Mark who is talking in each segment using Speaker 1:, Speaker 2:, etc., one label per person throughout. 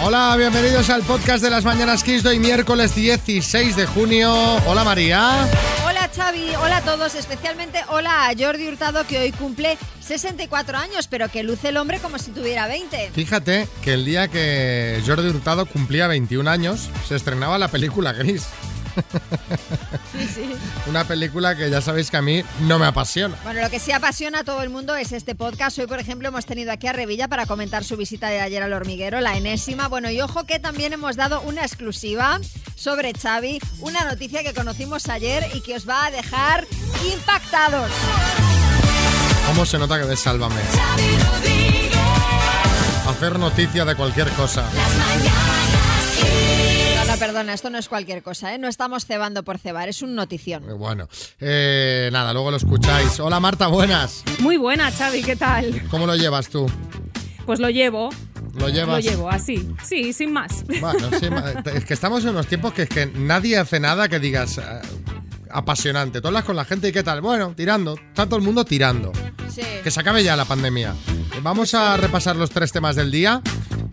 Speaker 1: Hola, bienvenidos al podcast de las Mañanas Kiss de hoy miércoles 16 de junio. Hola María.
Speaker 2: Hola Xavi, hola a todos, especialmente hola a Jordi Hurtado que hoy cumple 64 años, pero que luce el hombre como si tuviera 20.
Speaker 1: Fíjate que el día que Jordi Hurtado cumplía 21 años, se estrenaba la película Gris.
Speaker 2: Sí, sí.
Speaker 1: Una película que ya sabéis que a mí no me apasiona.
Speaker 2: Bueno, lo que sí apasiona a todo el mundo es este podcast. Hoy, por ejemplo, hemos tenido aquí a Revilla para comentar su visita de ayer al hormiguero, la enésima. Bueno, y ojo que también hemos dado una exclusiva sobre Xavi, una noticia que conocimos ayer y que os va a dejar impactados.
Speaker 1: ¿Cómo se nota que ves Sálvame? Hacer noticia de cualquier cosa.
Speaker 2: No, perdona, esto no es cualquier cosa, ¿eh? No estamos cebando por cebar, es un notición.
Speaker 1: Eh, Bueno, eh, nada, luego lo escucháis. Hola Marta, buenas.
Speaker 3: Muy buena, Xavi, ¿qué tal?
Speaker 1: ¿Cómo lo llevas tú?
Speaker 3: Pues lo llevo.
Speaker 1: ¿Lo llevas?
Speaker 3: Lo llevo así. Sí, sin más.
Speaker 1: Bueno, sí, ma- eh, es que estamos en unos tiempos que es que nadie hace nada que digas eh, apasionante. Tú hablas con la gente y qué tal. Bueno, tirando. Está todo el mundo tirando.
Speaker 2: Sí.
Speaker 1: Que se acabe ya la pandemia. Eh, Vamos a repasar los tres temas del día.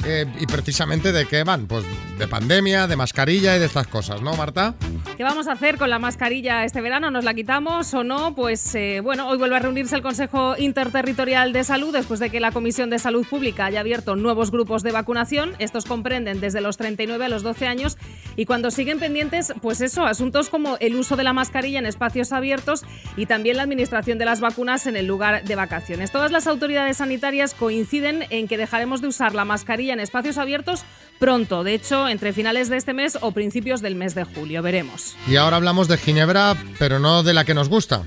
Speaker 1: eh, y precisamente de qué van. Pues de pandemia, de mascarilla y de estas cosas, ¿no, Marta?
Speaker 3: ¿Qué vamos a hacer con la mascarilla este verano? ¿Nos la quitamos o no? Pues eh, bueno, hoy vuelve a reunirse el Consejo Interterritorial de Salud después de que la Comisión de Salud Pública haya abierto nuevos grupos de vacunación. Estos comprenden desde los 39 a los 12 años y cuando siguen pendientes, pues eso, asuntos como el uso de la mascarilla en espacios abiertos y también la administración de las vacunas en el lugar de vacaciones. Todas las autoridades sanitarias coinciden en que dejaremos de usar la mascarilla en espacios abiertos pronto, de hecho, entre finales de este mes o principios del mes de julio. Veremos.
Speaker 1: Y ahora hablamos de Ginebra, pero no de la que nos gusta.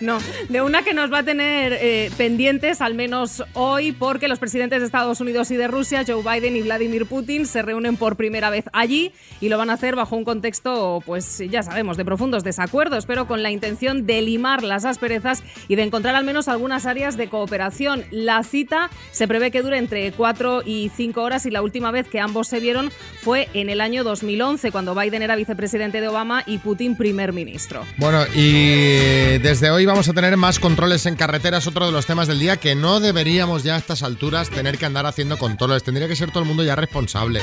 Speaker 3: No, de una que nos va a tener eh, pendientes, al menos hoy, porque los presidentes de Estados Unidos y de Rusia, Joe Biden y Vladimir Putin, se reúnen por primera vez allí y lo van a hacer bajo un contexto, pues ya sabemos, de profundos desacuerdos, pero con la intención de limar las asperezas y de encontrar al menos algunas áreas de cooperación. La cita se prevé que dure entre cuatro y cinco horas y la última vez que ambos se vieron fue en el año 2011, cuando Biden era vicepresidente de Obama y Putin primer ministro.
Speaker 1: Bueno, y eh, desde hoy vamos a tener más controles en carreteras, otro de los temas del día que no deberíamos ya a estas alturas tener que andar haciendo controles. Tendría que ser todo el mundo ya responsable,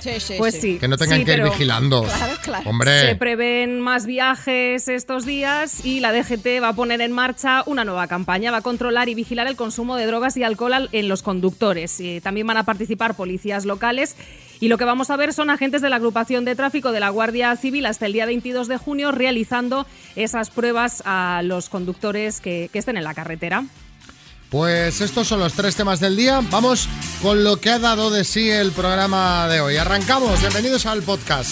Speaker 2: Sí, sí,
Speaker 3: Pues
Speaker 2: sí.
Speaker 3: sí.
Speaker 1: que no tengan
Speaker 3: Sí,
Speaker 1: que ir
Speaker 3: pero
Speaker 1: vigilando.
Speaker 2: Claro, claro.
Speaker 3: Se
Speaker 1: Hombre,
Speaker 3: prevén más viajes estos días y la DGT va a poner en marcha una nueva campaña. Va a controlar y vigilar el consumo de drogas y alcohol al- en los conductores. Eh, también van a participar policías locales. Y lo que vamos a ver son agentes de la agrupación de tráfico de la Guardia Civil hasta el día 22 de junio realizando esas pruebas a los conductores que- que estén en la carretera.
Speaker 1: pues estos son los tres temas del día. Vamos con lo que ha dado de sí el programa de hoy. Arrancamos, bienvenidos al podcast.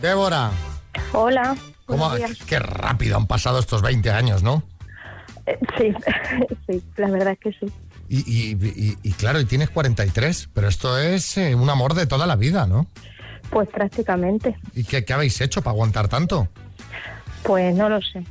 Speaker 1: Débora,
Speaker 4: Hola.
Speaker 1: ¿cómo,
Speaker 4: buenos días.
Speaker 1: qué rápido han pasado estos 20 años, ¿no?
Speaker 4: Eh, sí, sí, la verdad es que sí.
Speaker 1: Y, y- y- y claro, y tienes 43, pero esto es eh, un amor de toda la vida, ¿no?
Speaker 4: Pues prácticamente.
Speaker 1: ¿Y qué, qué habéis hecho para aguantar tanto?
Speaker 4: Pues no lo sé.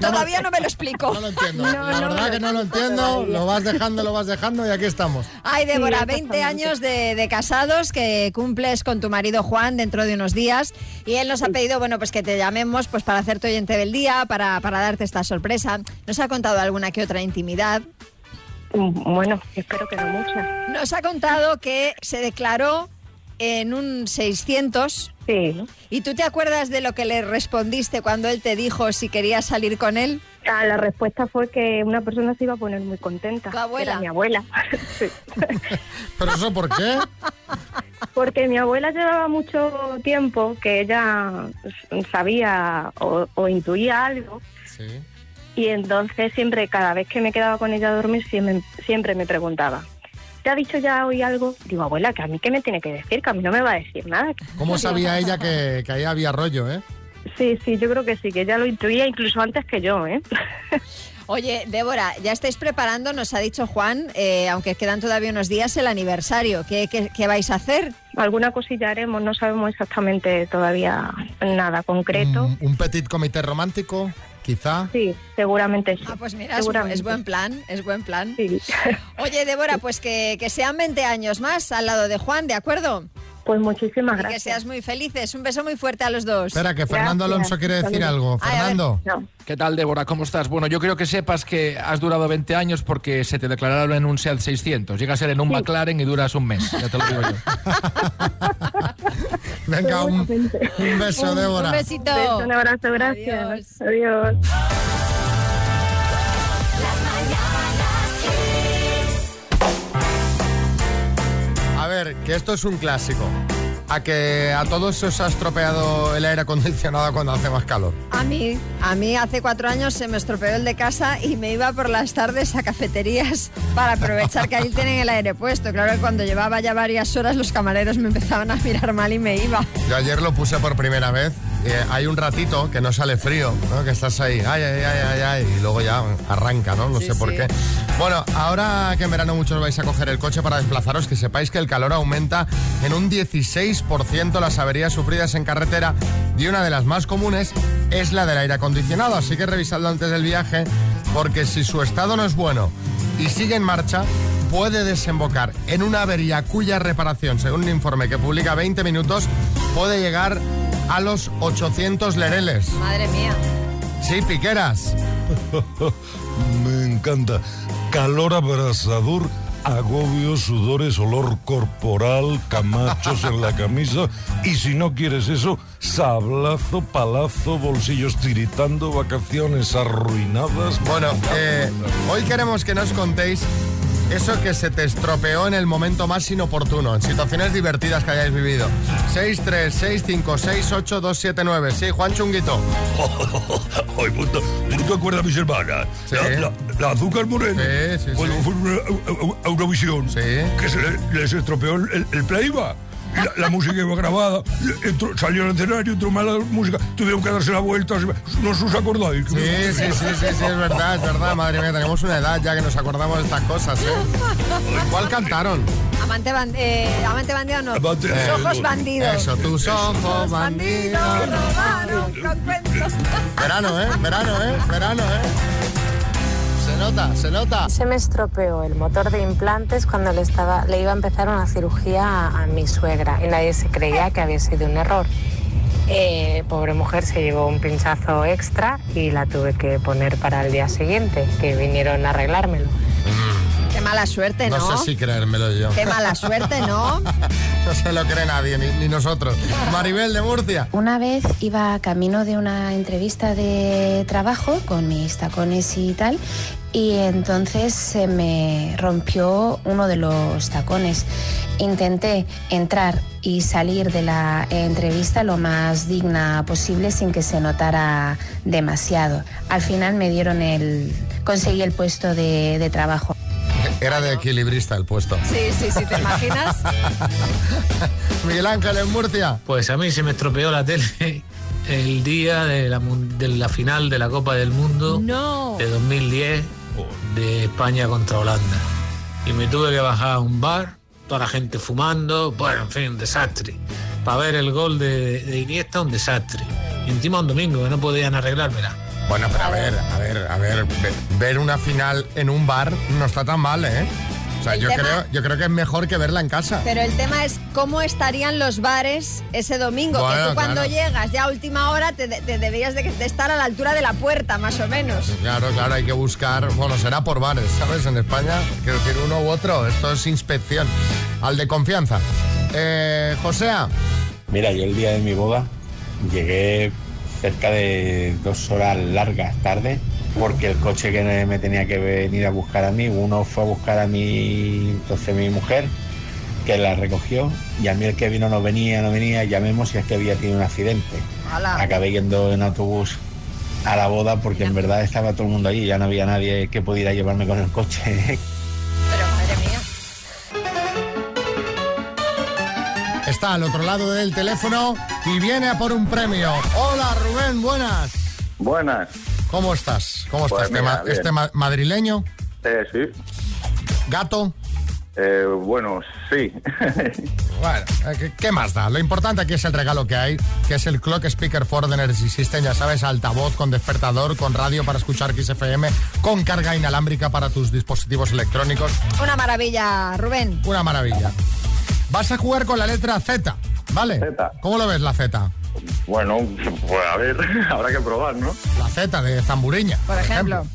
Speaker 2: Todavía no me lo explico.
Speaker 1: No lo entiendo.
Speaker 4: No,
Speaker 1: la
Speaker 4: no,
Speaker 1: verdad
Speaker 4: no,
Speaker 1: que no lo entiendo. Lo vas dejando, lo vas dejando y aquí estamos.
Speaker 2: Ay, Débora,
Speaker 4: Sí,
Speaker 2: 20
Speaker 4: exactamente.
Speaker 2: años de, de casados que cumples con tu marido Juan dentro de unos días y él nos ha pedido, bueno, pues que te llamemos pues para hacerte oyente del día, para, para darte esta sorpresa. Nos ha contado alguna que otra intimidad.
Speaker 4: Mm, Bueno, espero que no muchas.
Speaker 2: Nos ha contado que se declaró en un 600
Speaker 4: Sí.
Speaker 2: y tú te acuerdas de lo que le respondiste cuando él te dijo si querías salir con él.
Speaker 4: Ah, la respuesta fue que una persona se iba a poner muy contenta.
Speaker 2: Tu abuela.
Speaker 4: Era mi abuela. Sí.
Speaker 1: ¿Pero eso por qué?
Speaker 4: Porque mi abuela llevaba mucho tiempo que ella s- sabía o, o intuía algo.
Speaker 1: Sí.
Speaker 4: Y entonces siempre, cada vez que me quedaba con ella a dormir, siempre, siempre me preguntaba. ¿Te ha dicho ya hoy algo? Digo, abuela, que a mí qué me tiene que decir, que a mí no me va a decir nada,
Speaker 1: ¿Cómo sabía ella que, que ahí había rollo, eh?
Speaker 4: Sí, sí, yo creo que sí, que ella lo intuía incluso antes que yo, ¿eh?
Speaker 2: Oye, Débora, ya estáis preparando, nos ha dicho Juan, eh, aunque quedan todavía unos días, el aniversario. ¿Qué, qué- qué vais a hacer?
Speaker 4: Alguna cosilla haremos, no sabemos exactamente todavía nada concreto.
Speaker 1: Mm. Un, un petit comité romántico. quizá.
Speaker 4: Sí, seguramente sí.
Speaker 2: Ah, pues mira, es,
Speaker 4: Seguramente.
Speaker 2: es buen plan, es buen plan.
Speaker 4: Sí.
Speaker 2: Oye, Débora, pues que, que sean 20 años más al lado de Juan, ¿de acuerdo?
Speaker 4: Pues muchísimas
Speaker 2: Y que
Speaker 4: gracias.
Speaker 2: seas muy felices. Un beso muy fuerte a los dos.
Speaker 1: Espera, que Fernando
Speaker 4: Gracias.
Speaker 1: Alonso quiere decir
Speaker 4: Saludos.
Speaker 1: algo.
Speaker 2: Ay, a ver.
Speaker 1: Fernando.
Speaker 4: No.
Speaker 5: ¿Qué tal, Débora? ¿Cómo estás? Bueno, yo creo que sepas que has durado 20 años porque se te declararon en un SEAT 600. Llega a ser en un McLaren y duras un mes, ya te lo digo yo.
Speaker 1: Venga, un, un beso, Débora.
Speaker 2: Un besito.
Speaker 4: Beso, Un abrazo, gracias. Adiós.
Speaker 1: A ver, que esto es un clásico. A que a todos se os ha estropeado el aire acondicionado cuando hace más calor.
Speaker 2: A mí, a mí hace cuatro años se me estropeó el de casa y me iba por las tardes a cafeterías para aprovechar que ahí tienen el aire puesto. Claro que cuando llevaba ya varias horas los camareros me empezaban a mirar mal y me iba.
Speaker 1: Yo ayer lo puse por primera vez. eh, hay un ratito que no sale frío, ¿no? que estás ahí, ay, ay, ay, ay, ay, y luego ya arranca, ¿no? No
Speaker 2: Sí,
Speaker 1: sé por
Speaker 2: sí.
Speaker 1: qué. Bueno, ahora que en verano muchos vais a coger el coche para desplazaros, que sepáis que el calor aumenta en un 16% las averías sufridas en carretera y una de las más comunes es la del aire acondicionado, así que revisadlo antes del viaje porque si su estado no es bueno y sigue en marcha, puede desembocar en una avería cuya reparación, según un informe que publica 20 minutos, puede llegar a los 800 lereles.
Speaker 2: Madre mía.
Speaker 1: Sí, piqueras.
Speaker 6: Me encanta. Calor abrasador, agobio, sudores, olor corporal, camachos en la camisa. Y si no quieres eso, sablazo, palazo, bolsillos tiritando, vacaciones arruinadas.
Speaker 1: Bueno, eh, hoy queremos que nos contéis eso que se te estropeó en el momento más inoportuno, en situaciones divertidas que hayáis vivido. 636568279. Sí, Juan Chunguito.
Speaker 6: Ay, puta, ¿tú no te acuerdas de mis hermanas?
Speaker 1: Sí.
Speaker 6: La, la- la azúcar morena.
Speaker 1: Sí, sí,
Speaker 6: Cuando
Speaker 1: sí.
Speaker 6: fue a una- a- a Eurovisión.
Speaker 1: Sí.
Speaker 6: Que se le- les estropeó el, el- el playback. La, la música iba grabada, le- entró- salió al escenario, entró mala música, tuvieron que darse la vuelta. se- ¿No os acordáis?
Speaker 1: Sí, sí, sí, sí, sí, es verdad, es verdad, madre mía, tenemos una edad ya que nos acordamos de estas cosas, ¿eh? ¿Cuál cantaron?
Speaker 2: Amante, ban- eh, amante bandido no.
Speaker 6: Amante-
Speaker 2: Tus ojos bandidos.
Speaker 1: Eso, tus ojos,
Speaker 2: Los
Speaker 1: bandido.
Speaker 2: bandidos robaron con cuentos.
Speaker 1: Verano, ¿eh? Verano, ¿eh? Verano, ¿eh? Se nota, se nota.
Speaker 7: Se este me estropeó el motor de implantes cuando le, estaba, le iba a empezar una cirugía a, a mi suegra y nadie se creía que había sido un error. Eh, pobre mujer se llevó un pinchazo extra y la tuve que poner para el día siguiente, que vinieron a arreglármelo.
Speaker 2: Qué mala suerte, ¿no?
Speaker 1: No sé si creérmelo yo.
Speaker 2: Qué mala suerte, ¿no?
Speaker 1: No se lo cree nadie, ni, ni nosotros. Maribel de Murcia.
Speaker 8: Una vez iba camino de una entrevista de trabajo con mis tacones y tal, y entonces se me rompió uno de los tacones. Intenté entrar y salir de la entrevista lo más digna posible sin que se notara demasiado. Al final me dieron el... conseguí el puesto de, de trabajo.
Speaker 1: Era de equilibrista el puesto.
Speaker 2: Sí, sí, sí, ¿te imaginas?
Speaker 1: Miguel Ángel en Murcia.
Speaker 9: Pues a mí se me estropeó la tele el día de la, mun- de la final de la Copa del Mundo
Speaker 2: No.
Speaker 9: de 2010 de España contra Holanda. Y me tuve que bajar a un bar, toda la gente fumando, bueno, en fin, un desastre. Para ver el gol de, de Iniesta, un desastre. Y encima un domingo, que no podían arreglármela.
Speaker 1: Bueno, pero a ver, a ver, a ver, ve- ver una final en un bar no está tan mal, ¿eh? O sea,
Speaker 2: El
Speaker 1: yo
Speaker 2: tema-
Speaker 1: creo, yo creo que es mejor que verla en casa.
Speaker 2: Pero el tema es cómo estarían los bares ese domingo. que
Speaker 1: Bueno,
Speaker 2: tú cuando
Speaker 1: claro.
Speaker 2: llegas ya a última hora te, de- te deberías de, de estar a la altura de la puerta, más o menos.
Speaker 1: Pues Claro, claro, hay que buscar, bueno, será por bares, ¿sabes? En España, que tiene uno u otro, esto es inspección, al de confianza. Eh, Josea,
Speaker 10: Mira, yo el día de mi boda llegué cerca de dos horas largas tarde porque el coche que me tenía que venir a buscar a mí, uno fue a buscar a mi, entonces mi mujer, que la recogió, y a mí el que vino no venía, no venía, llamemos si es que había tenido un accidente.
Speaker 2: Hala.
Speaker 10: Acabé yendo en autobús a la boda porque en verdad estaba todo el mundo allí, ya no había nadie que pudiera llevarme con el coche.
Speaker 2: Pero madre mía.
Speaker 1: está al otro lado del teléfono y viene a por un premio. Hola, Rubén, buenas.
Speaker 11: Buenas.
Speaker 1: ¿Cómo estás? ¿Cómo
Speaker 11: Pues
Speaker 1: estás? Este
Speaker 11: mira,
Speaker 1: ma-
Speaker 11: bien.
Speaker 1: este ma- madrileño,
Speaker 11: Eh, sí.
Speaker 1: gato,
Speaker 11: Eh, bueno, sí.
Speaker 1: Bueno, eh, ¿qué- ¿qué más da? Lo importante aquí es el regalo que hay, que es el Clock Speaker for the Energy System, ya sabes, altavoz con despertador, con radio para escuchar XFM, con carga inalámbrica para tus dispositivos electrónicos.
Speaker 2: Una maravilla, Rubén.
Speaker 1: Una maravilla. Vas a jugar con la letra Z, ¿vale? ¿Cómo lo ves la Z?
Speaker 11: Bueno, pues a ver, habrá que probar, ¿no?
Speaker 1: La Z de Zamburiña.
Speaker 2: Por ejemplo.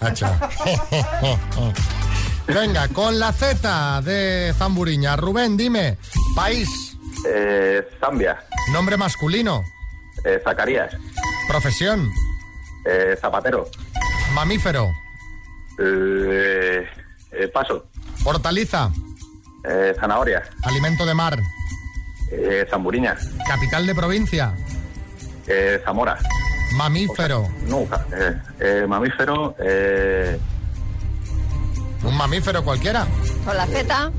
Speaker 1: Hacha. Venga, con la Z de Zamburiña. Rubén, dime, país,
Speaker 11: Eh, Zambia,
Speaker 1: nombre masculino,
Speaker 11: eh, Zacarías,
Speaker 1: profesión,
Speaker 11: eh, Zapatero,
Speaker 1: mamífero,
Speaker 11: eh, eh, Paso,
Speaker 1: hortaliza,
Speaker 11: eh, Zanahoria,
Speaker 1: alimento de mar,
Speaker 11: eh, Zamburiña,
Speaker 1: capital de provincia,
Speaker 11: eh, Zamora,
Speaker 1: mamífero.
Speaker 11: Nunca, eh, eh, Mamífero, eh,
Speaker 1: Un mamífero cualquiera.
Speaker 2: Con la Z,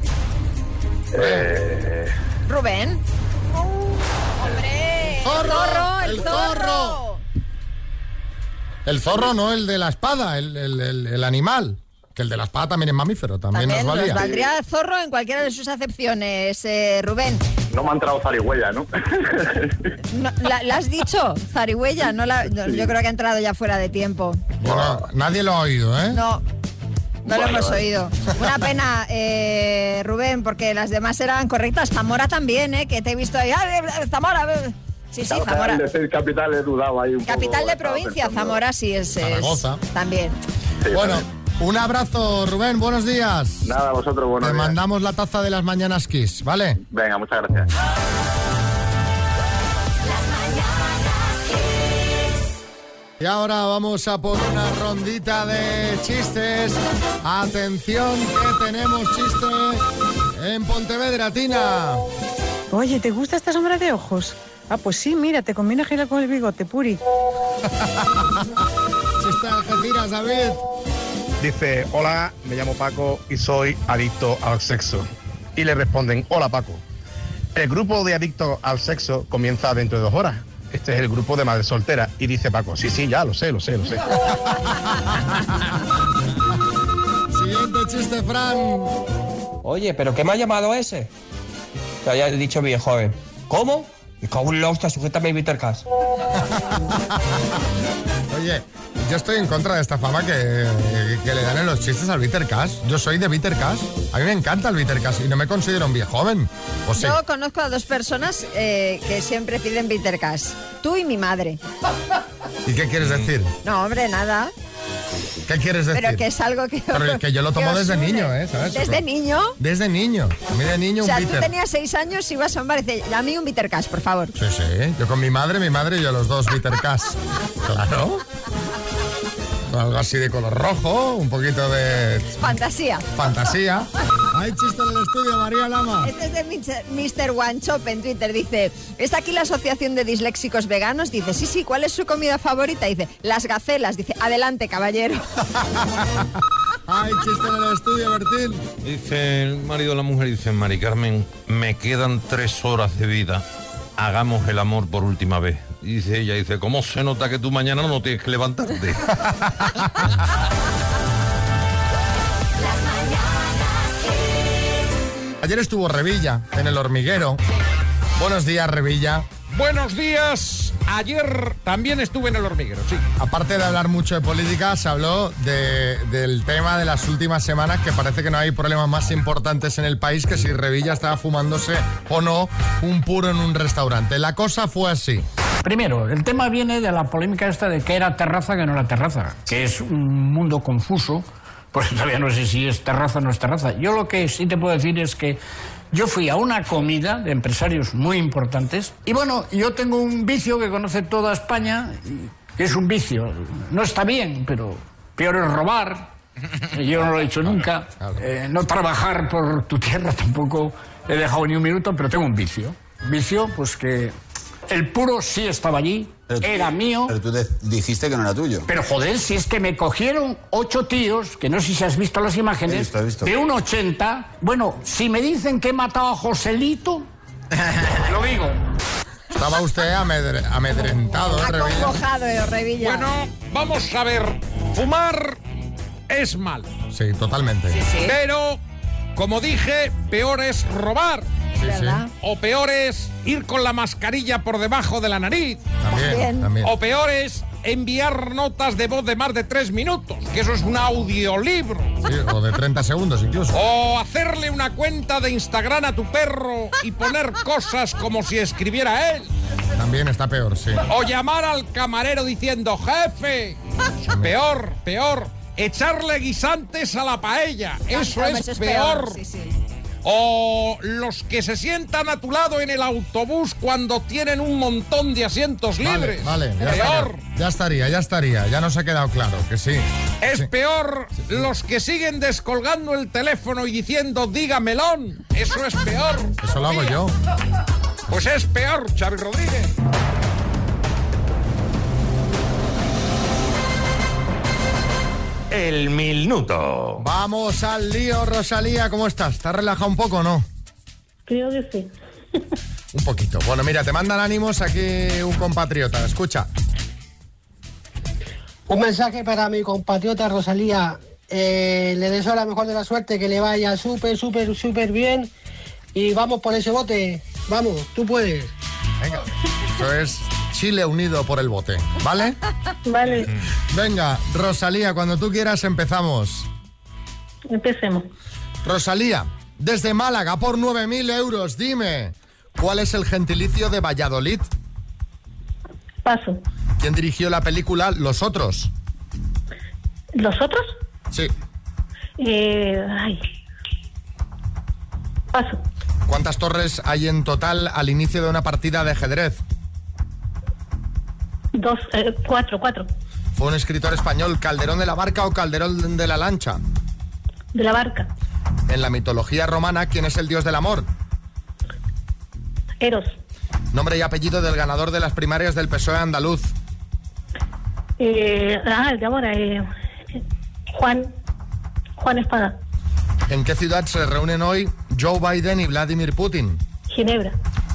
Speaker 11: eh,
Speaker 2: Rubén. Oh, ¡Hombre!
Speaker 1: ¡Zorro!
Speaker 2: ¡El zorro!
Speaker 1: El zorro, no el de la espada, el, el- el- el animal. Que el de la espada también es mamífero, también,
Speaker 2: También
Speaker 1: nos
Speaker 2: nos
Speaker 1: valía.
Speaker 2: valdría zorro en cualquiera de sus acepciones, eh, Rubén.
Speaker 11: no me ha entrado zarigüeya, ¿no?
Speaker 2: No, la, ¿la has dicho, zarigüeya? No la, no, yo creo que ha entrado ya fuera de tiempo.
Speaker 1: Bueno, nadie lo ha oído, ¿eh?
Speaker 2: No, no lo
Speaker 1: Bueno,
Speaker 2: hemos
Speaker 1: eh.
Speaker 2: oído. Una pena, eh, Rubén, porque las demás eran correctas. Zamora también, ¿eh? Que te he visto ahí. ¡Ah, eh, Zamora! eh! Sí, sí,
Speaker 11: Claro,
Speaker 2: Zamora.
Speaker 11: al decir capital he dudado ahí un poco,
Speaker 2: Capital de
Speaker 11: estaba
Speaker 2: provincia,
Speaker 11: pensando.
Speaker 2: Zamora sí es. es-
Speaker 1: Zaragoza.
Speaker 2: También.
Speaker 1: Bueno, un abrazo, Rubén, buenos días.
Speaker 11: Nada, vosotros buenos
Speaker 1: Te
Speaker 11: días.
Speaker 1: mandamos la taza de las mañanas Kiss, ¿vale?
Speaker 11: Venga, muchas gracias.
Speaker 1: Y ahora vamos a por una rondita de chistes. Atención que tenemos chiste en Pontevedra, Tina.
Speaker 12: Oye, ¿te gusta esta sombra de ojos? Ah, pues sí, mira, te combina girar con el bigote, Puri.
Speaker 1: Chiste de Algeciras, David.
Speaker 13: Dice, hola, me llamo Paco y soy adicto al sexo. Y le responden, hola Paco. El grupo de adictos al sexo comienza dentro de dos horas. Este es el grupo de madres solteras. Y dice Paco, sí, sí, ya lo sé, lo sé, lo sé.
Speaker 1: Siguiente chiste, Fran.
Speaker 14: Oye, ¿pero qué me ha llamado ese? Te haya dicho bien joven. ¿Cómo? Me cago en la hostia, sujétame Peter Cash.
Speaker 1: Oye, yo estoy en contra de esta fama que, que le dan en los chistes al Bitter Cash. Yo soy de Bitter Cash. A mí me encanta el Bitter Cash y no me considero un viejo joven. O sí.
Speaker 2: Yo conozco a dos personas eh, que siempre piden Peter Cash. Tú y mi madre.
Speaker 1: ¿Y qué quieres decir?
Speaker 2: No, hombre, nada.
Speaker 1: ¿Qué quieres decir?
Speaker 2: Pero que es algo que...
Speaker 1: Pero es que yo lo
Speaker 2: que
Speaker 1: tomo
Speaker 2: os
Speaker 1: desde
Speaker 2: une.
Speaker 1: niño, ¿eh? ¿Sabes?
Speaker 2: ¿Desde niño?
Speaker 1: Desde niño. A mí de niño
Speaker 2: o
Speaker 1: un
Speaker 2: sea, tú
Speaker 1: Bitter.
Speaker 2: tenías seis años y ibas a un bar y decías, a mí un Bitter Cash, por favor.
Speaker 1: Sí, sí. Yo con mi madre, mi madre y yo los dos bitter cash. Claro. Algo así de color rojo, un poquito de
Speaker 2: Fantasía.
Speaker 1: fantasía. Hay chiste en el estudio, María Lama.
Speaker 2: Este es de Mich- Mr. One Chop en Twitter. Dice, ¿es aquí la Asociación de Disléxicos Veganos? Dice, sí, sí, ¿cuál es su comida favorita? Dice, las gacelas. Dice, adelante, caballero.
Speaker 1: Hay chiste en el estudio, Bertín.
Speaker 15: Dice el marido a la mujer, dice Mari Carmen, me quedan tres horas de vida. Hagamos el amor por última vez. Y Dice ella, dice, ¿cómo se nota que tú mañana no tienes que levantarte?
Speaker 1: Ayer estuvo Revilla en el hormiguero. Buenos días, Revilla.
Speaker 5: Buenos días. Ayer también estuve en el hormiguero, sí.
Speaker 1: Aparte de hablar mucho de política, se habló de- del tema de las últimas semanas, que parece que no hay problemas más importantes en el país que si Revilla estaba fumándose o no un puro en un restaurante. La cosa fue así.
Speaker 16: Primero, el tema viene de la polémica esta de que era terraza, que no era terraza, que es un mundo confuso, porque todavía no sé si es terraza o no es terraza. Yo lo que sí te puedo decir es que yo fui a una comida de empresarios muy importantes y bueno, yo tengo un vicio que conoce toda España, y- que es un vicio. No está bien, pero peor es robar, yo no lo he hecho nunca. Eh, no trabajar por tu tierra tampoco he dejado ni un minuto, pero tengo un vicio. Vicio, pues que el puro sí estaba allí, era mío. Pero tú dijiste que no era tuyo. Pero joder, si es que me cogieron ocho tíos, que no sé si has visto las imágenes,
Speaker 17: He visto, he visto.
Speaker 16: de un 80. Bueno, si me dicen que he matado a Joselito, lo digo.
Speaker 1: Estaba usted amedre- amedrentado, ¿eh, Revilla?
Speaker 2: Cojado, eh, Revilla.
Speaker 5: Bueno, vamos a ver. Fumar
Speaker 15: es malo.
Speaker 1: Sí, totalmente.
Speaker 15: Pero, como dije, peor es robar.
Speaker 1: Sí, sí. ¿Verdad?
Speaker 15: O peor es ir con la mascarilla por debajo de la nariz.
Speaker 1: También, También. también.
Speaker 15: O peor es enviar notas de voz de más de tres minutos, que eso es un audiolibro.
Speaker 1: Sí, o de 30 segundos incluso.
Speaker 15: O hacerle una cuenta de Instagram a tu perro y poner cosas como si escribiera él.
Speaker 1: También está peor, sí.
Speaker 15: O llamar al camarero diciendo, jefe. Peor, peor. Echarle guisantes a la paella.
Speaker 2: Ah,
Speaker 15: Eso
Speaker 17: Hombre,
Speaker 15: es, peor.
Speaker 17: Sí, sí.
Speaker 15: O los que se sientan a tu lado en el autobús cuando tienen un montón de asientos
Speaker 1: Vale,
Speaker 15: libres.
Speaker 1: vale, ya,
Speaker 15: peor.
Speaker 1: estaría, ya estaría, ya estaría. Ya nos ha quedado claro que sí.
Speaker 15: Es peor los que siguen descolgando el teléfono y diciendo dígamelón. Eso es peor.
Speaker 1: Eso lo hago yo.
Speaker 15: Pues es peor, Xavi Rodríguez.
Speaker 18: El minuto.
Speaker 1: Vamos al lío, Rosalía. ¿Cómo estás? ¿Estás relajada un poco o no?
Speaker 19: Creo que sí.
Speaker 1: Un poquito. Bueno, mira, te mandan ánimos aquí un compatriota. Escucha.
Speaker 20: Un mensaje para mi compatriota Rosalía. Eh, le deseo la mejor de la suerte, que le vaya súper, súper, súper bien. Y vamos por ese bote. Vamos, tú puedes.
Speaker 1: Venga. Eso es Chile unido por el bote, ¿vale?
Speaker 19: Vale.
Speaker 1: Venga, Rosalía, cuando tú quieras empezamos.
Speaker 19: Empecemos.
Speaker 1: Rosalía, desde Málaga por 9.000 euros, dime, ¿cuál es el gentilicio de Valladolid?
Speaker 19: Paso.
Speaker 1: ¿Quién dirigió la película Los Otros?
Speaker 19: ¿Los otros?
Speaker 1: Sí.
Speaker 19: Eh, ay. Paso.
Speaker 1: ¿Cuántas torres hay en total al inicio de una partida de ajedrez?
Speaker 19: Dos, eh, cuatro, cuatro.
Speaker 1: ¿Fue un escritor español Calderón de la Barca o Calderón de la Lancha?
Speaker 19: De la barca.
Speaker 1: En la mitología romana, ¿quién es el dios del amor?
Speaker 19: Eros.
Speaker 1: Nombre y apellido del ganador de las primarias del PSOE E andaluz.
Speaker 19: Eh, ah, el de ahora. eh, Juan. Juan Espada.
Speaker 1: ¿En qué ciudad se reúnen hoy Joe Biden y Vladimir Putin?
Speaker 19: Ginebra.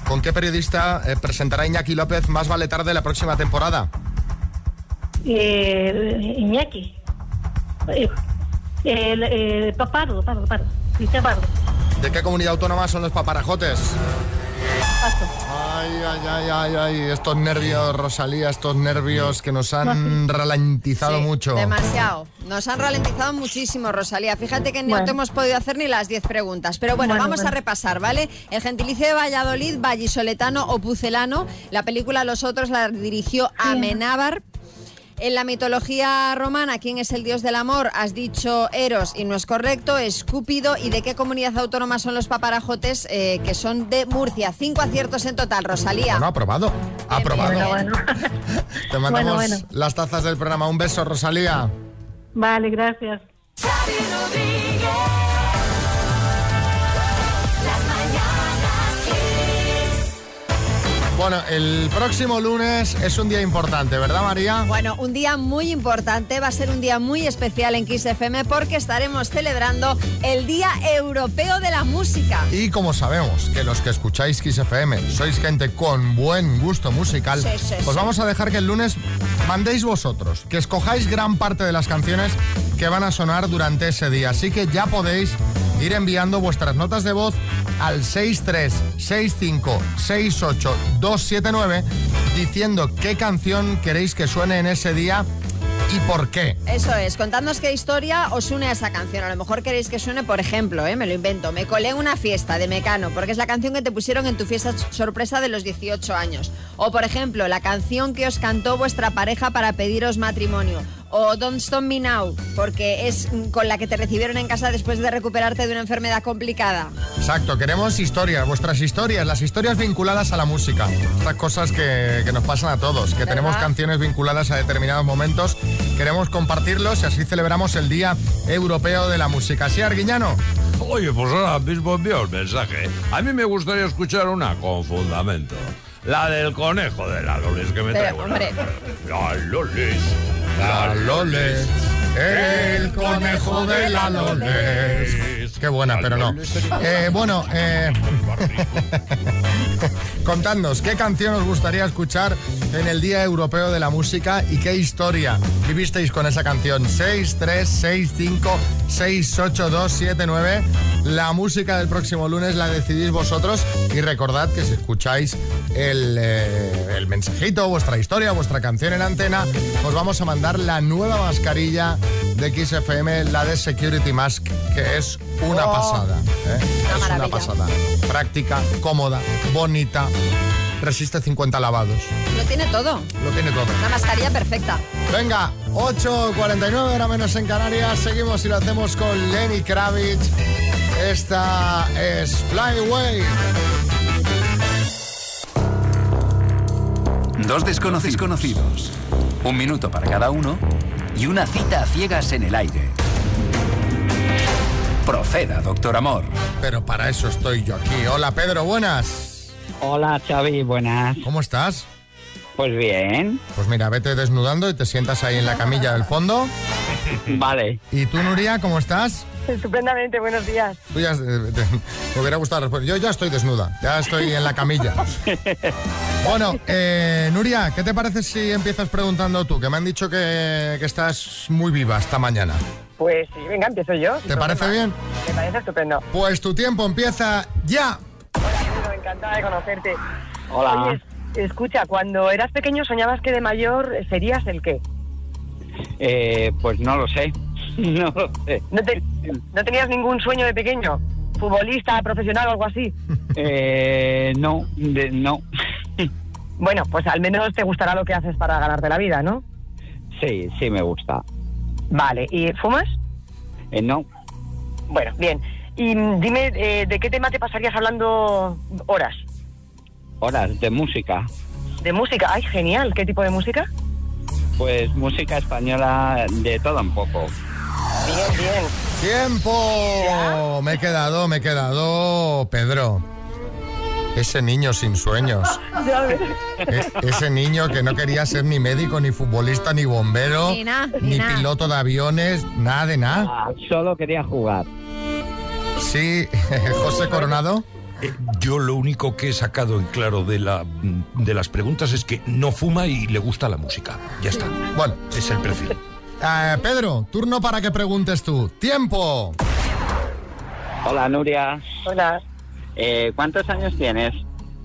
Speaker 1: ¿Con qué periodista eh, presentará Iñaki López más vale tarde la próxima temporada?
Speaker 19: Eh, Iñaki. Eh, el, eh, pa- Pardo, Pardo, Pardo. Cristian Pardo.
Speaker 1: ¿De qué comunidad autónoma son los paparajotes? Ay, ay, ay, ay, ay, estos nervios, Rosalía, estos nervios que nos han ralentizado mucho.
Speaker 2: Demasiado. Nos han ralentizado muchísimo, Rosalía. Fíjate que no
Speaker 1: Bueno.
Speaker 2: te hemos podido hacer ni las 10 preguntas. Pero bueno,
Speaker 19: Bueno,
Speaker 2: vamos
Speaker 19: bueno.
Speaker 2: a repasar, ¿vale? El gentilicio de Valladolid, vallisoletano o pucelano. La película Los Otros la dirigió Amenábar. En la mitología romana, ¿quién es el dios del amor? Has dicho Eros y no es correcto, es Cúpido. ¿Y de qué comunidad autónoma son los paparajotes? Eh, que son de Murcia. Cinco aciertos en total, Rosalía.
Speaker 1: Bueno, aprobado. Aprobado.
Speaker 2: bien,
Speaker 1: Te
Speaker 19: Bueno,
Speaker 1: mandamos
Speaker 19: bueno.
Speaker 1: las tazas del programa. Un beso, Rosalía.
Speaker 19: Vale, gracias.
Speaker 1: Bueno, el próximo lunes es un día importante, ¿verdad, María?
Speaker 2: Bueno, un día muy importante, va a ser un día muy especial en Kiss FM porque estaremos celebrando el Día Europeo de la Música.
Speaker 1: Y como sabemos que los que escucháis Kiss FM sois gente con buen gusto musical,
Speaker 2: Sí, sí,
Speaker 1: os
Speaker 2: sí.
Speaker 1: vamos a dejar que el lunes mandéis vosotros, que escojáis gran parte de las canciones que van a sonar durante ese día. Así que ya podéis ir enviando vuestras notas de voz al 636568279 diciendo qué canción queréis que suene en ese día y por qué.
Speaker 2: Eso es, contadnos qué historia os une a esa canción. A lo mejor queréis que suene, por ejemplo, ¿eh? me lo invento, me colé en una fiesta de Mecano, porque es la canción que te pusieron en tu fiesta sorpresa de los 18 años. O, por ejemplo, la canción que os cantó vuestra pareja para pediros matrimonio. O Don't Stop Me Now, porque es mm, con la que te recibieron en casa después de recuperarte de una enfermedad complicada.
Speaker 1: Exacto, queremos historias, vuestras historias, las historias vinculadas a la música. Estas cosas que, que nos pasan a todos, que tenemos canciones vinculadas a determinados momentos, queremos compartirlos y así celebramos el Día Europeo de la Música. ¿Sí, Arguiñano?
Speaker 18: Oye, pues ahora mismo envío el mensaje. A mí me gustaría escuchar una con fundamento. La del conejo de la Lolis que me
Speaker 1: Pero,
Speaker 18: trae una.
Speaker 1: hombre.
Speaker 18: La Lolis. La
Speaker 1: Lolis. El conejo de la Loles. Qué buena, pero no. Eh, bueno, eh, contadnos, ¿qué canción os gustaría escuchar en el Día Europeo de la Música y qué historia vivisteis con esa canción? 636568279. La música del próximo lunes la decidís vosotros y recordad que si escucháis el, eh, el mensajito, vuestra historia, vuestra canción en antena, os vamos a mandar la nueva mascarilla de XFM, la de Security Mask, que es una
Speaker 2: Oh.
Speaker 1: pasada. ¿eh?
Speaker 2: Una
Speaker 1: es
Speaker 2: maravilla.
Speaker 1: una pasada. ¿eh? Práctica, cómoda, bonita, resiste 50 lavados.
Speaker 2: Lo tiene todo.
Speaker 1: Lo tiene todo.
Speaker 2: Una mascarilla perfecta.
Speaker 1: Venga, 8.49 hora menos en Canarias. Seguimos y lo hacemos con Lenny Kravitz. Esta es Flyway.
Speaker 17: Dos desconocidos conocidos, un minuto para cada uno y una cita a ciegas en el aire. Proceda, doctor amor.
Speaker 1: Pero para eso estoy yo aquí. Hola Pedro, buenas.
Speaker 21: Hola Xavi, buenas.
Speaker 1: ¿Cómo estás?
Speaker 21: Pues bien.
Speaker 1: Pues mira, vete desnudando y te sientas ahí en la camilla del fondo.
Speaker 21: Vale.
Speaker 1: ¿Y tú, Nuria, cómo estás?
Speaker 22: Estupendamente, buenos días.
Speaker 1: Tú ya, eh, te- me hubiera gustado responder. Yo ya estoy desnuda, ya estoy en la camilla. Bueno, eh, Nuria, ¿qué te parece si empiezas preguntando tú? Que me han dicho que, que estás muy viva esta mañana.
Speaker 22: Pues sí, venga, empiezo yo.
Speaker 1: ¿Te parece bien?
Speaker 22: Me parece estupendo.
Speaker 1: Pues tu tiempo empieza ya.
Speaker 22: Bueno, encantada de conocerte.
Speaker 1: Hola.
Speaker 22: Oye, es- escucha, cuando eras pequeño soñabas que de mayor serías el qué.
Speaker 21: Eh, pues no lo sé. No lo sé.
Speaker 22: ¿No, te- no tenías ningún sueño de pequeño? ¿Futbolista, profesional o algo así?
Speaker 21: Eh, no, de- no.
Speaker 22: Bueno, pues al menos te gustará lo que haces para ganarte la vida, ¿no?
Speaker 21: Sí, sí me gusta.
Speaker 22: Vale, ¿y fumas?
Speaker 21: Eh, no.
Speaker 22: Bueno, bien. Y mm, dime, eh, ¿de qué tema te pasarías hablando horas?
Speaker 21: Horas de música.
Speaker 22: ¿De música? ¡Ay, genial! ¿Qué tipo de música?
Speaker 21: Pues música española de todo un poco.
Speaker 22: Bien, bien.
Speaker 1: ¡Tiempo! Me he quedado, me he quedado, Pedro. Ese niño sin sueños.
Speaker 22: Ya ves.
Speaker 1: E- ese niño que no quería ser ni médico, ni futbolista, ni bombero,
Speaker 2: Ni na, ni
Speaker 1: ni
Speaker 2: na.
Speaker 1: piloto de aviones, nada de nada.
Speaker 21: Ah, Solo quería jugar.
Speaker 1: Sí, José Coronado.
Speaker 18: Eh, Yo lo único que he sacado en claro de, la, de las preguntas es que no fuma y le gusta la música. Ya está.
Speaker 1: Bueno.
Speaker 18: Es el perfil.
Speaker 1: Eh, Pedro, turno para que preguntes tú. ¡Tiempo!
Speaker 21: Hola Nuria.
Speaker 22: Hola,
Speaker 21: Eh, ¿Cuántos años tienes?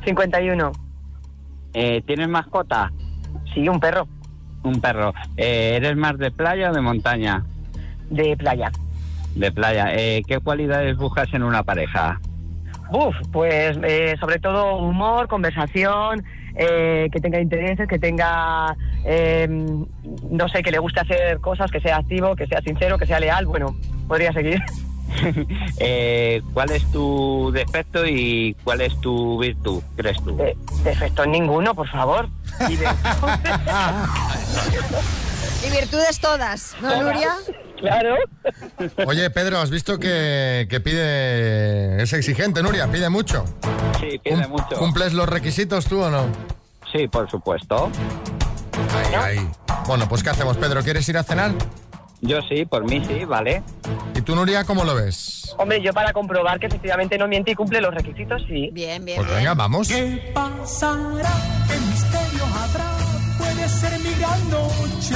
Speaker 22: 51.
Speaker 21: Eh, ¿Tienes mascota?
Speaker 22: Sí, un perro.
Speaker 21: Un perro. Eh, ¿Eres más de playa o de montaña?
Speaker 22: De playa.
Speaker 21: De playa. Eh, ¿Qué cualidades buscas en una pareja?
Speaker 22: Buf, pues eh, sobre todo humor, conversación, eh, que tenga intereses, que tenga, eh, no sé, que le guste hacer cosas, que sea activo, que sea sincero, que sea leal. Bueno, podría seguir.
Speaker 21: Eh, ¿Cuál es tu defecto y cuál es tu virtud, crees tú?
Speaker 22: Defecto ninguno, por favor. Y de-
Speaker 2: Y virtudes todas, ¿no, Nuria?
Speaker 22: Claro.
Speaker 1: Oye, Pedro, ¿has visto que, que pide... Es exigente, Nuria, pide mucho.
Speaker 21: Sí, pide mucho.
Speaker 1: ¿Cumples los requisitos tú o no?
Speaker 21: Sí, por supuesto.
Speaker 1: Ahí, ahí. Bueno, pues ¿qué hacemos, Pedro? ¿Quieres ir a cenar?
Speaker 21: Yo sí, por mí sí, vale.
Speaker 1: ¿Y tú, Nuria, cómo lo ves?
Speaker 22: Hombre, yo para comprobar que efectivamente no miente y cumple los requisitos, sí.
Speaker 2: Bien, bien.
Speaker 1: Pues venga, vamos.
Speaker 23: ¿Qué pasará? ¿Qué misterio habrá? Puede ser mi gran noche.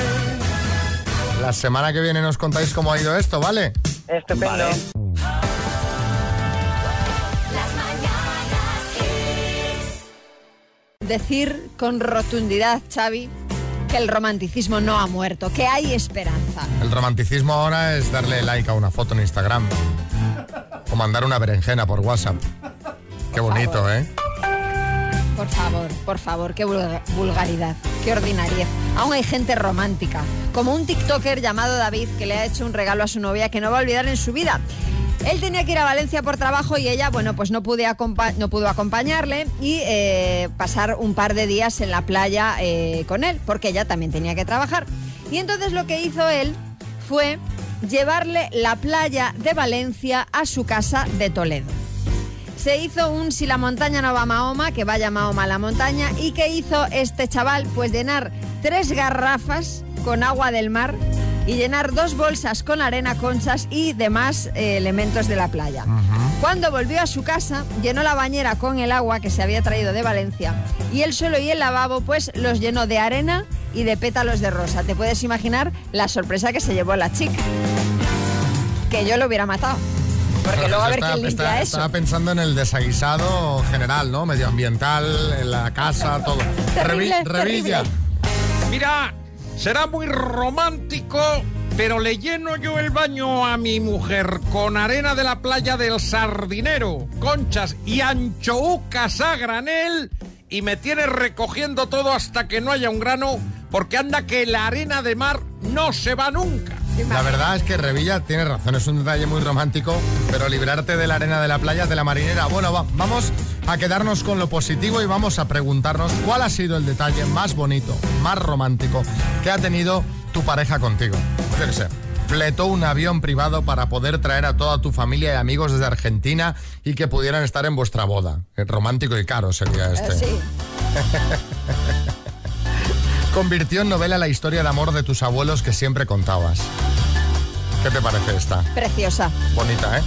Speaker 1: La semana que viene nos contáis cómo ha ido esto, ¿vale?
Speaker 22: Estupendo.
Speaker 2: Decir con rotundidad, Xavi, que el romanticismo no ha muerto, que hay esperanza.
Speaker 1: El romanticismo ahora es darle like a una foto en Instagram. O mandar una berenjena por WhatsApp. Qué bonito, ¿eh?
Speaker 2: Por favor, por favor, qué vulga- vulgaridad, qué ordinariez. Aún hay gente romántica, como un TikToker llamado David que le ha hecho un regalo a su novia que no va a olvidar en su vida. Él tenía que ir a Valencia por trabajo y ella, bueno, pues no, pude acompa- no pudo acompañarle y eh, pasar un par de días en la playa eh, con él, porque ella también tenía que trabajar. Y entonces lo que hizo él fue llevarle la playa de Valencia a su casa de Toledo. Se hizo un Si la montaña no va a Mahoma, que vaya Mahoma a la montaña. ¿Y qué hizo este chaval? Pues llenar tres garrafas con agua del mar y llenar dos bolsas con arena, conchas y demás eh, elementos de la playa. Cuando volvió a su casa, llenó la bañera con el agua que se había traído de Valencia y el suelo y el lavabo pues los llenó de arena y de pétalos de rosa. Te puedes imaginar la sorpresa que se llevó la chica. Que yo lo hubiera matado. Porque luego a ver
Speaker 1: Estaba-
Speaker 2: quién limpia
Speaker 1: estaba-
Speaker 2: eso.
Speaker 1: Estaba pensando en el desaguisado general, ¿no? Medioambiental, en la casa, todo.
Speaker 2: Terrible,
Speaker 1: Revi- Revilla.
Speaker 3: Mira, será muy romántico, pero le lleno yo el baño a mi mujer con arena de la playa del Sardinero, conchas y anchoucas a granel y me tiene recogiendo todo hasta que no haya un grano, porque anda que la arena de mar no se va nunca.
Speaker 1: La verdad es que Revilla tiene razón, es un detalle muy romántico, pero librarte de la arena de la playa, de la marinera. Bueno, va- vamos a quedarnos con lo positivo y vamos a preguntarnos cuál ha sido el detalle más bonito, más romántico que ha tenido tu pareja contigo. Yo qué sé, fletó un avión privado para poder traer a toda tu familia y amigos desde Argentina y que pudieran estar en vuestra boda. Eh, Romántico y caro
Speaker 2: Eh,
Speaker 1: sería este. Convirtió en novela la historia de amor de tus abuelos que siempre contabas. ¿Qué te parece esta?
Speaker 2: Preciosa.
Speaker 1: Bonita, ¿eh?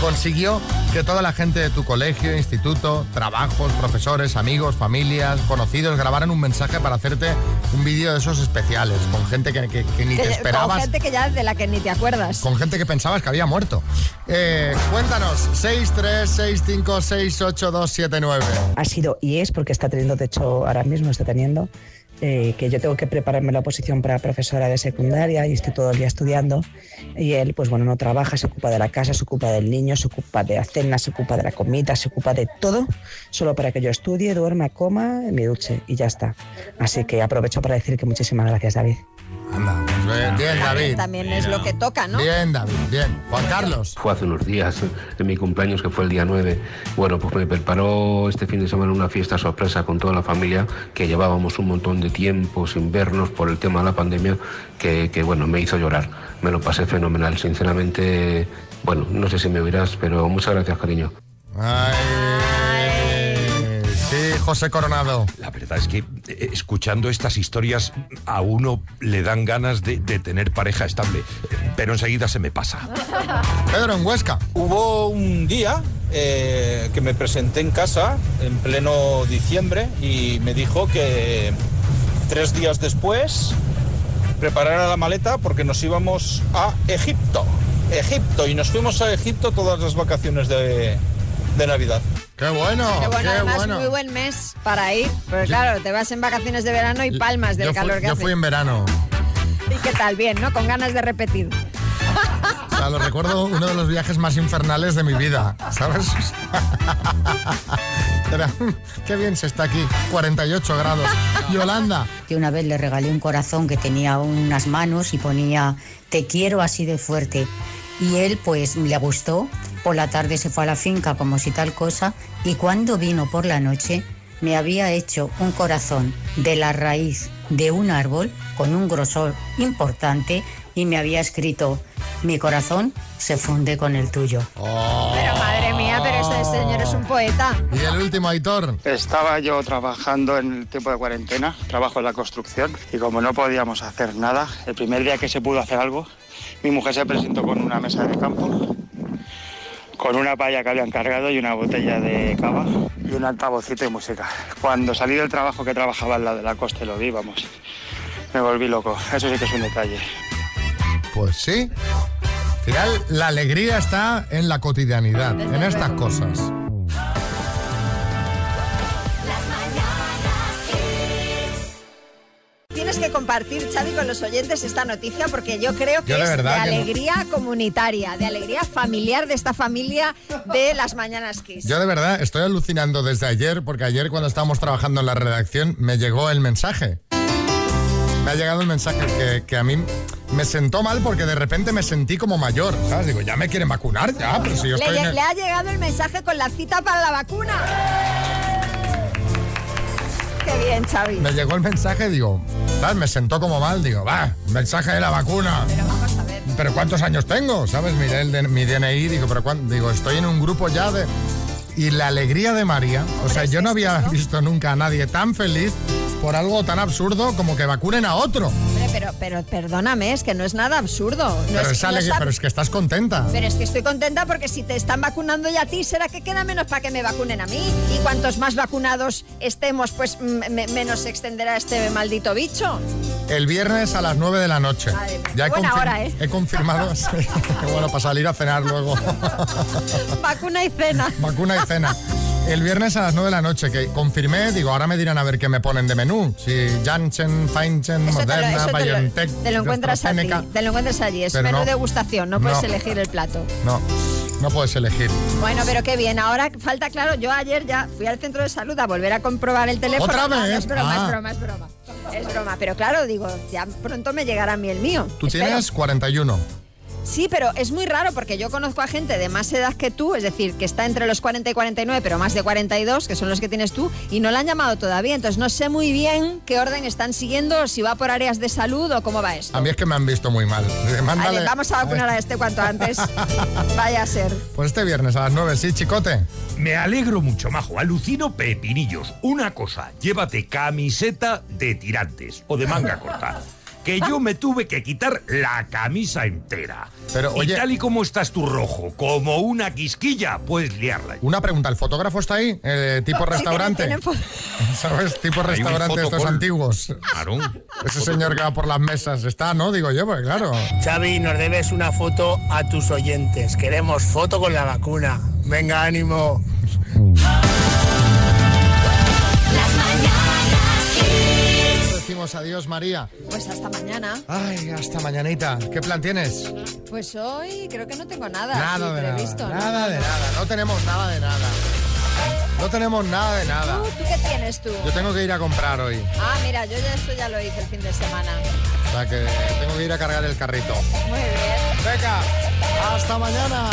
Speaker 1: Consiguió que toda la gente de tu colegio, instituto, trabajos, profesores, amigos, familias, conocidos grabaran un mensaje para hacerte un vídeo de esos especiales, con gente que, que- que ni te
Speaker 2: Que- Eh, con
Speaker 1: esperabas,
Speaker 2: gente que ya de la que ni te acuerdas.
Speaker 1: con gente que pensabas que había muerto. Eh, cuéntanos, 636568279.
Speaker 4: ha sido y es porque está teniendo, de hecho, ahora mismo está teniendo, eh, que yo tengo que prepararme la oposición para profesora de secundaria y estoy todo el día estudiando. Y él, pues bueno, no trabaja, se ocupa de la casa, se ocupa del niño, se ocupa de la cena, se ocupa de la comida, se ocupa de todo, solo para que yo estudie, duerma, coma, me duche y ya está. Así que aprovecho para decir que muchísimas gracias, David.
Speaker 1: Pues bien, bien, David.
Speaker 2: También es lo que toca, ¿no?
Speaker 1: Bien, David, bien. Juan Carlos.
Speaker 6: Fue hace unos días, en mi cumpleaños, que fue el día 9. Bueno, pues me preparó este fin de semana una fiesta sorpresa con toda la familia, que llevábamos un montón de tiempo sin vernos por el tema de la pandemia, que, que, bueno, me hizo llorar. Me lo pasé fenomenal, sinceramente. Bueno, no sé si me oirás, pero muchas gracias, cariño.
Speaker 1: Ay, sí, José Coronado.
Speaker 18: La verdad es que eh, escuchando estas historias a uno le dan ganas de, de tener pareja estable, pero enseguida se me pasa.
Speaker 1: Pedro, en Huesca.
Speaker 24: Hubo un día eh, que me presenté en casa en pleno diciembre y me dijo que tres días después preparara la maleta porque nos íbamos a Egipto. Egipto, y nos fuimos a Egipto todas las vacaciones de, de Navidad.
Speaker 1: ¡Qué bueno!
Speaker 2: Qué bueno, además, muy buen mes para ir. Pero claro, te vas en vacaciones de verano y palmas del
Speaker 1: yo
Speaker 2: calor
Speaker 1: fui,
Speaker 2: que
Speaker 1: yo
Speaker 2: hace.
Speaker 1: fui en verano.
Speaker 2: ¿Y qué tal? Bien, ¿no? Con ganas de repetir.
Speaker 1: O sea, lo recuerdo uno de los viajes más infernales de mi vida, ¿sabes? Era, qué bien se está aquí, 48 grados. Yolanda.
Speaker 25: Que una vez le regalé un corazón que tenía unas manos y ponía te quiero así de fuerte. Y él pues le gustó, por la tarde se fue a la finca como si tal cosa y cuando vino por la noche me había hecho un corazón de la raíz de un árbol con un grosor importante y me había escrito mi corazón se funde con el tuyo.
Speaker 2: Pero madre mía, pero este
Speaker 1: Oh.
Speaker 2: señor es un poeta.
Speaker 1: Y el último, Aitor.
Speaker 26: Estaba yo trabajando en el tiempo de cuarentena, trabajo en la construcción, y como no podíamos hacer nada, el primer día que se pudo hacer algo, mi mujer se presentó con una mesa de campo, con una palla que había encargado y una botella de cava y un altavocito de música. Cuando salí del trabajo que trabajaba al lado de la costa y lo vi, vamos, me volví loco. Eso sí que es un detalle.
Speaker 1: Pues sí. Al final, la alegría está en la cotidianidad, en estas cosas.
Speaker 2: Tienes que compartir, Xavi, con los oyentes esta noticia porque yo creo que
Speaker 1: Yo de
Speaker 2: es
Speaker 1: verdad
Speaker 2: de
Speaker 1: que no.
Speaker 2: alegría comunitaria, de alegría familiar de esta familia de las Mañanas Kiss.
Speaker 1: Yo de verdad estoy alucinando desde ayer, porque ayer cuando estábamos trabajando en la redacción me llegó el mensaje. Me ha llegado el mensaje que, que a mí me sentó mal porque de repente me sentí como mayor, ¿sabes? Digo, ya me quieren vacunar, ya, pero si yo
Speaker 2: le,
Speaker 1: estoy... en el-
Speaker 2: le ha llegado el mensaje con la cita para la vacuna. Qué bien, Xavi.
Speaker 1: Me llegó el mensaje, digo, ¿sabes? Me sentó como mal, digo, va, mensaje de la vacuna. Pero
Speaker 2: vamos a ver.
Speaker 1: Pero ¿cuántos años tengo? ¿Sabes? Miré el de- mi DNI, digo, pero cuán- digo, estoy en un grupo ya de... Y la alegría de María, o sea, yo no había visto nunca a nadie tan feliz por algo tan absurdo como que vacunen a otro.
Speaker 2: Hombre, pero, pero perdóname, es que no es nada absurdo. No
Speaker 1: Pero,
Speaker 2: es,
Speaker 1: es
Speaker 2: no
Speaker 1: ale-
Speaker 2: está-
Speaker 1: pero es que estás contenta.
Speaker 2: pero es que estoy contenta porque si te están vacunando ya a ti, será que queda menos para que me vacunen a mí. Y cuantos más vacunados estemos, pues m- me- menos se extenderá este maldito bicho.
Speaker 1: El viernes a las 9 de la noche.
Speaker 2: Madre mía,
Speaker 1: Ya he,
Speaker 2: buena
Speaker 1: confir-
Speaker 2: hora, ¿eh?
Speaker 1: he confirmado. sí. bueno, para salir a cenar luego.
Speaker 2: Vacuna y cena.
Speaker 1: Vacuna y cena. El viernes a las 9 de la noche, que confirmé, digo, ahora me dirán a ver qué me ponen de menú. Si Janssen, Feinchen,
Speaker 2: Eso te lo,
Speaker 1: Moderna,
Speaker 2: eso te lo-
Speaker 1: BioNTech.
Speaker 2: te lo encuentras allí.
Speaker 1: AstraZeneca.
Speaker 2: Te lo encuentras allí. Es
Speaker 1: Pero
Speaker 2: menú
Speaker 1: no.
Speaker 2: degustación, no puedes
Speaker 1: No.
Speaker 2: elegir el plato.
Speaker 1: No, no puedes elegir.
Speaker 2: Bueno, pero qué bien. Ahora falta, claro, yo ayer ya fui al centro de salud a volver a comprobar el teléfono.
Speaker 1: ¿Otra
Speaker 2: No, no,
Speaker 1: vez?
Speaker 2: es broma,
Speaker 1: Ah.
Speaker 2: es broma, es broma. Es broma, pero claro, digo, ya pronto me llegará a mí el mío.
Speaker 1: Tú
Speaker 2: Espero.
Speaker 1: tienes 41.
Speaker 2: Sí, pero es muy raro porque yo conozco a gente de más edad que tú, es decir, que está entre los 40 y 49, pero más de 42, que son los que tienes tú, y no la han llamado todavía. Entonces no sé muy bien qué orden están siguiendo, si va por áreas de salud o cómo va esto.
Speaker 1: A mí es que me han visto muy mal. Dice, mándale-
Speaker 2: Ale, vamos a vacunar a este cuanto antes. Vaya a ser.
Speaker 1: Pues este viernes a las 9, sí, chicote.
Speaker 18: Me alegro mucho, majo. Alucino pepinillos. Una cosa, llévate camiseta de tirantes o de manga corta. Que yo me tuve que quitar la camisa entera.
Speaker 1: Pero,
Speaker 18: y
Speaker 1: oye-
Speaker 18: tal y como estás tú rojo, como una quisquilla, puedes liarla.
Speaker 1: Una pregunta, ¿el fotógrafo está ahí? Eh, tipo
Speaker 18: Sí,
Speaker 1: restaurante.
Speaker 18: tiene- tiene
Speaker 1: ¿Sabes? Tipo
Speaker 18: Hay un
Speaker 1: restaurante estos
Speaker 18: fotocall.
Speaker 1: antiguos. Ese
Speaker 18: Fotocall.
Speaker 1: señor que va por las mesas está, ¿no? Digo yo, pues claro.
Speaker 7: Xavi, nos debes una foto a tus oyentes. Queremos foto con la vacuna. Venga, ánimo.
Speaker 1: Decimos adiós, María.
Speaker 2: Pues hasta mañana.
Speaker 1: Ay, hasta mañanita. ¿Qué plan tienes?
Speaker 2: Pues hoy creo que no tengo nada, así
Speaker 1: Nada de
Speaker 2: previsto.
Speaker 1: nada.
Speaker 2: ¿no?
Speaker 1: Nada de nada. No tenemos nada de nada. No tenemos nada de nada.
Speaker 2: ¿Tú, tú qué tienes tú?
Speaker 1: Yo tengo que ir a comprar hoy.
Speaker 2: Ah, mira, yo ya eso ya lo hice el fin de semana.
Speaker 1: O sea que tengo que ir a cargar el carrito.
Speaker 2: Muy bien.
Speaker 1: Venga, hasta mañana.